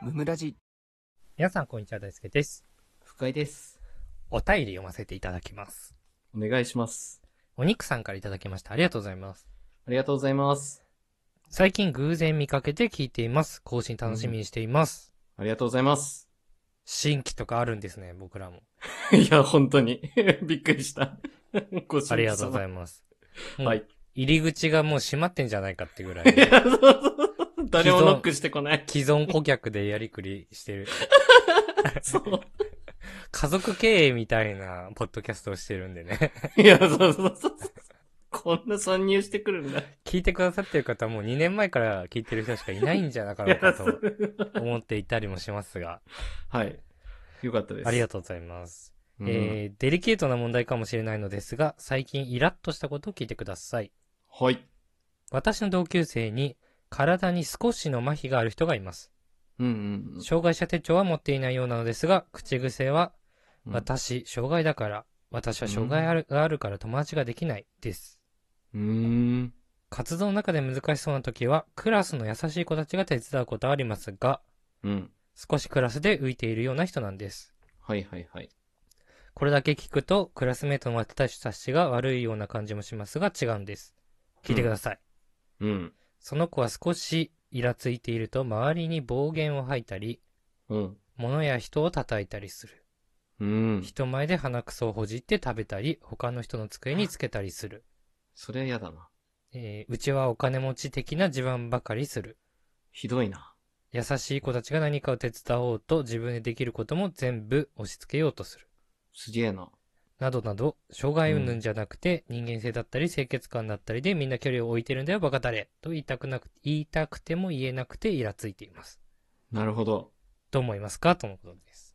ムムラジ皆さん、こんにちは。大輔です。深井です。お便り読ませていただきます。お願いします。お肉さんからいただきました。ありがとうございます。ありがとうございます。最近偶然見かけて聞いています。更新楽しみにしています。ありがとうございます。 新規とかあるんですね、僕らも。いや、本当に。 びっくりした。 ごありがとうございいます。まはい。入り口がもう閉まってんじゃないかって ぐらいい、や、そうそうそう。誰もノックしてこない。既存顧客でやりくりしてる。そう。家族経営みたいなポッドキャストをしてるんでね。いや、そうそうそうそう。こんな参入してくるんだ。聞いてくださってる方はもう2年前から聞いてる人しかいないんじゃなかろうかと思っていたりもしますが、はい。よかったです。ありがととうございます。うえーデリケートな問題かもしれないのですが、最近イラッとしたことを聞いてください。んはい。私の同級生に、体に少しの麻痺がある人がいます。うんうん障害者手帳は持っていないようなのですが、口癖は、うん。私、障害だから、私は障害あるがあるから友達ができない、です。うーん。活動の中で難しそうな時は、クラスの優しい子たちが手伝うことはありますが、うん。少しクラスで浮いているような人なんです。はいはいはい。これだけ聞くと、クラスメートの私たちが悪いような感じもしますが、違うんです。聞いてください。うん。その子は少しイラついていると周りに暴言を吐いたり、うん。物や人を叩いたりする。うん。人前で鼻くそをほじって食べたり、他の人の机につけたりする。それは嫌だな。えーうちはお金持ち的な自慢ばかりする。ひどいな。優しい子たちが何かを手伝おうと自分でできることも全部押し付けようとする。すげえな。などなど、障害云々じゃなくて、人間性だったり清潔感だったりでみんな距離を置いてるんだよバカタレと言いたくなく、言いたくても言えなくてイラついています。なるほど。どう思いますかとのことです。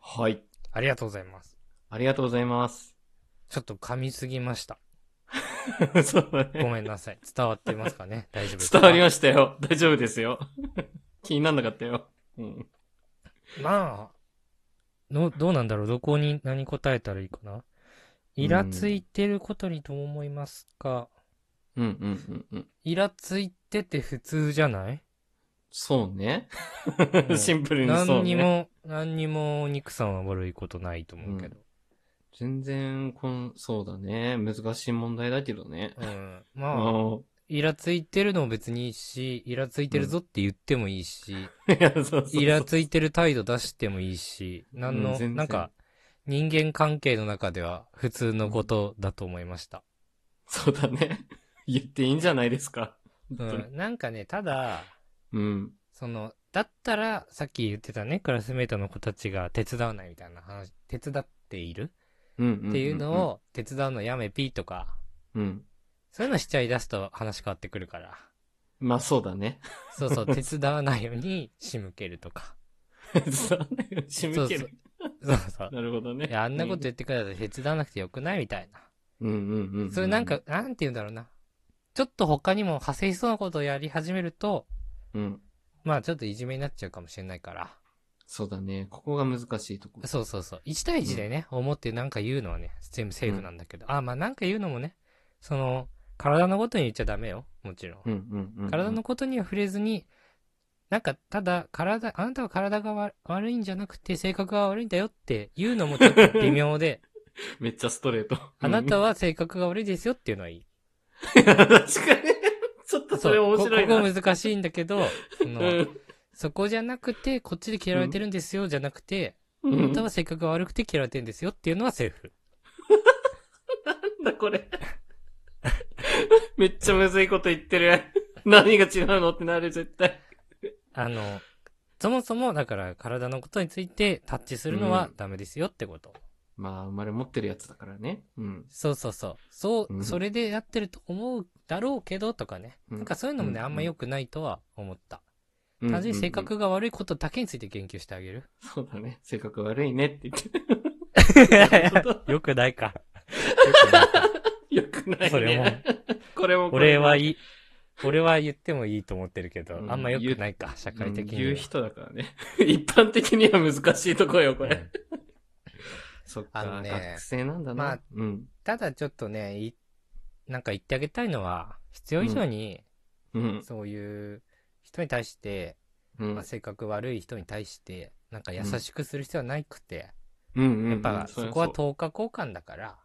はい。ありがとうございます。ありがとうございます。 ちょっと噛みすぎました。そうだねごめんな さい。伝わってますかね大丈夫ですか伝わりましたよ。大丈夫ですよ。 気になんなかったよ。うん。まあ、の、どうなんだろうどこに何答えたらいいかなイラついてることにどう思いますかうんうんうんうん。イラついてて普通じゃないそうねう。んシンプルにそうね。何にも、何にもお肉さんは悪いことないと思うけど。全然こん、そうだね。難しい問題だけどね。うん。うまあ、ん。イラついてるのも別にいいし、イラついてるぞって言ってもいいし、 いや、そうそうそうイラついてる態度出してもいいし、なんうんの、全然なんか、人間関係の中では普通のことだと思いました。そうだね。 言っていいんじゃないですか。う本当にん。なんかね、ただ、うん。その、だったら、さっき言ってたね、クラスメートの子たちが手伝わないみたいな話、手伝っているうん。んっていうの。を、手伝うのやめピーとか、うん。そういうのしちゃい出すと話変わってくるから。まあそうだね。 そうそう、手伝わないように仕向けるとか。そうね。締め切そる。うそうそう。なるほどね。いや、あんなこと言ってくれたら手伝わなくてよくないみたいな。うんうんうんうん。それなんか、、なんて言うんだろうな。ちょっと他にも派生しそうなことをやり始めると、うん。まあちょっといじめになっちゃうかもしれないから。そうだね。ここが難しいところ。そうそうそう。1対1でね、思ってなんか言うのはね、全部セーフなんだけど。あ、まあなんか言うのもね、その、体のことに言っちゃダメよ。もちろん。うんうんうんうん。体のことには触れずに、なんか、ただ、体、あなたは体がわ悪いんじゃなくて、性格が悪いんだよって言うのもちょっと微妙 で、めっちゃストレート。あなたは。は性格が悪いですよっていうのはいい。確かに。ちょっとそれう面白いな。こここ難しいんだけど、その、そこじゃなくて、こっちで嫌われてるんですよ、じゃなくて、うん。あうんなたは性格が悪くて嫌われてるんですよっていうのはセーフ。なんだこれ。めっちゃむずいこと言ってる。何が違うのってなる、絶対。あの、そもそも、だから体のことについてタッチするのはうんダメですよってこと。まあ、生まれ持ってるやつだからね。うん。そうそうそう。そうう、んそれでやってると思うだろうけどとかね。うんなんかそういうのもね、うんあんま良くないとは思った。うん単純に性。うんうん格が悪いことだけについて言及してあげる。そうだね。性格悪いねって言って。 良くないか。よくないね。それも。これもこれも。俺はいい。俺は言ってもいいと思ってるけど、うんあんま良くないか、社うん、会的には。言う人だからね。 一般的には難しいとこよ、こうれん。そっあか、のね学生なんだな。まあうん。ただちょっとね、いなんか言ってあげたいのは、必要以上に、うん。そういう人に対して、うんまあ、性格悪い人に対して、なんか優しくする必要はないくて、うんうん。やっぱうんそこは、等価交換だから、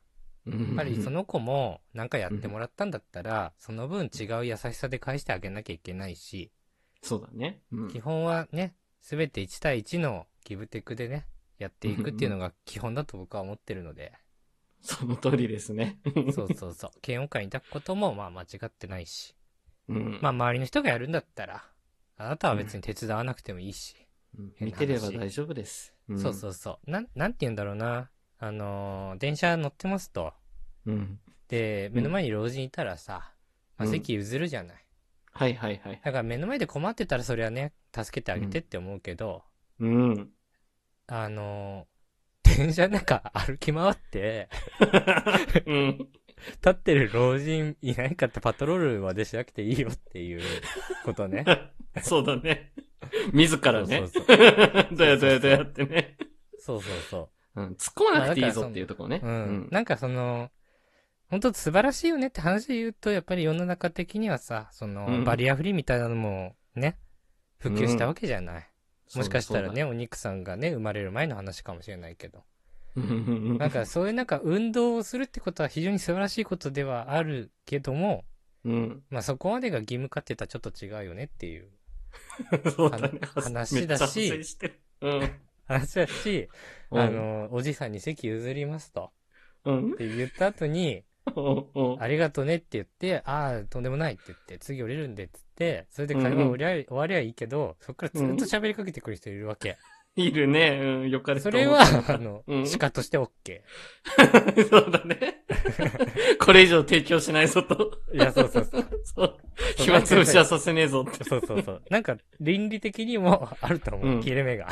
ややっぱりそ、の子もなんかやってもらったんだったら、その分違う優しさで返してあげなきゃいけないし、そうだね。うん基本はね、すべて1対1のギブテクでね、やっていくっていうのが基本だと僕は思ってるので、その通りです ね。そうそうそう、嫌悪感に抱くこともまあ間違ってないし、うんまあ周りの人がやるんだったら、あなたは別に手伝わなくてもいいし、うん変見な話てれば大丈夫です。そうそうそう、なん、なんて言うんだろうな、あのー電車乗ってますと、うん。うん。で、目の前に老人いたらさ、まあうん席譲るじゃない。はいはいはい。だから目の前で困ってたらそれはね、助けてあげてって思うけど、 うん。あのー 電車の中歩き回って、うん。立ってる老人いないかってパトロールまでしなくていいよっていうことね。そう だね。自らね。そうそうそう。 どやどやどやってね。そうそうそうん。突っ込まなくていいぞっていうところね。う。うん。なんかその、本当素晴らしいよねって話で言うと、やっぱり世の中的にはさ、その、うんバリアフリーみたいなのもね、普及したわけじゃそない。うだもしかしたらね、。お肉さんがね、生まれる前の話かもしれないけど。そうだうんうんうんなんかそういうなんか運動をするってことは非常に素晴らしいことではあるけども、うん。まあそこまでが義務化って言ったらちょっと違うよねって いうそうだね。話だしめっちゃ反省してるうん。話だし、あ、の、おじさんに席譲りますと。うんっ。て言った後に、うんうんありがとねって言って、ああ、とんでもないって言って、次降りるんでって言って、それで会話終わりゃ終わりゃいいけど、そっからずっと喋りかけてくる人いるわ け。いるね。うん。よかれとそ思うれは、あのう、ん鹿として OK。 そうだね。これ以上提供しないぞと。いや、そうそうそう。そう。暇つぶしはさせねえぞって。 そうそうそう。なんか、倫理的にもあると思うう。ん切れ目が。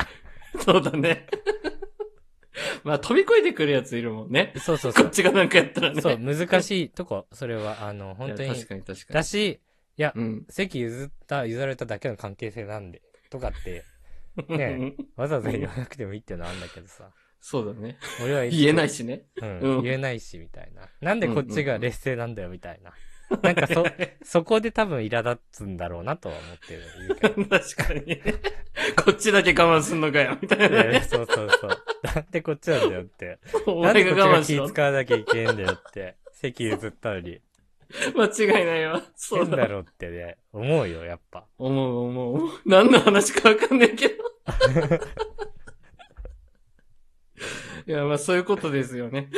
そうだ ね。まあ、飛び越えてくるやついるもんね。そうそうそこうっ。ちがなんかやったらね。そう、難しいとこ、それは、あの、い本や当に確。かに確かだに。し、いや、うん。席譲った、譲られただけの関係性なんで、と かって、ねわざわざ言わなくてもいいっていうのはあんだけどさ。そうだね。俺は、言えないいしね。 うんうん言えないし、みたいな。なんでこっちが劣勢なんだよ、みたい な。なんかそ、そこで多分苛立つんだろうなとは思ってる。言うけど確かに。こっちだけ我慢すんのかよ、みたいいなやいね。や そうそうそう。なんでこっちなんだよって。おなん前でが我こっち慢がし気ろ。使わなきゃいけないんだよって。席譲ったのに。間違いないわ。そう変だだ。ろうってね、思うよ、やっぱ。思う思う思う。何の話かわかんない けど。いや、まあそういうことですよね。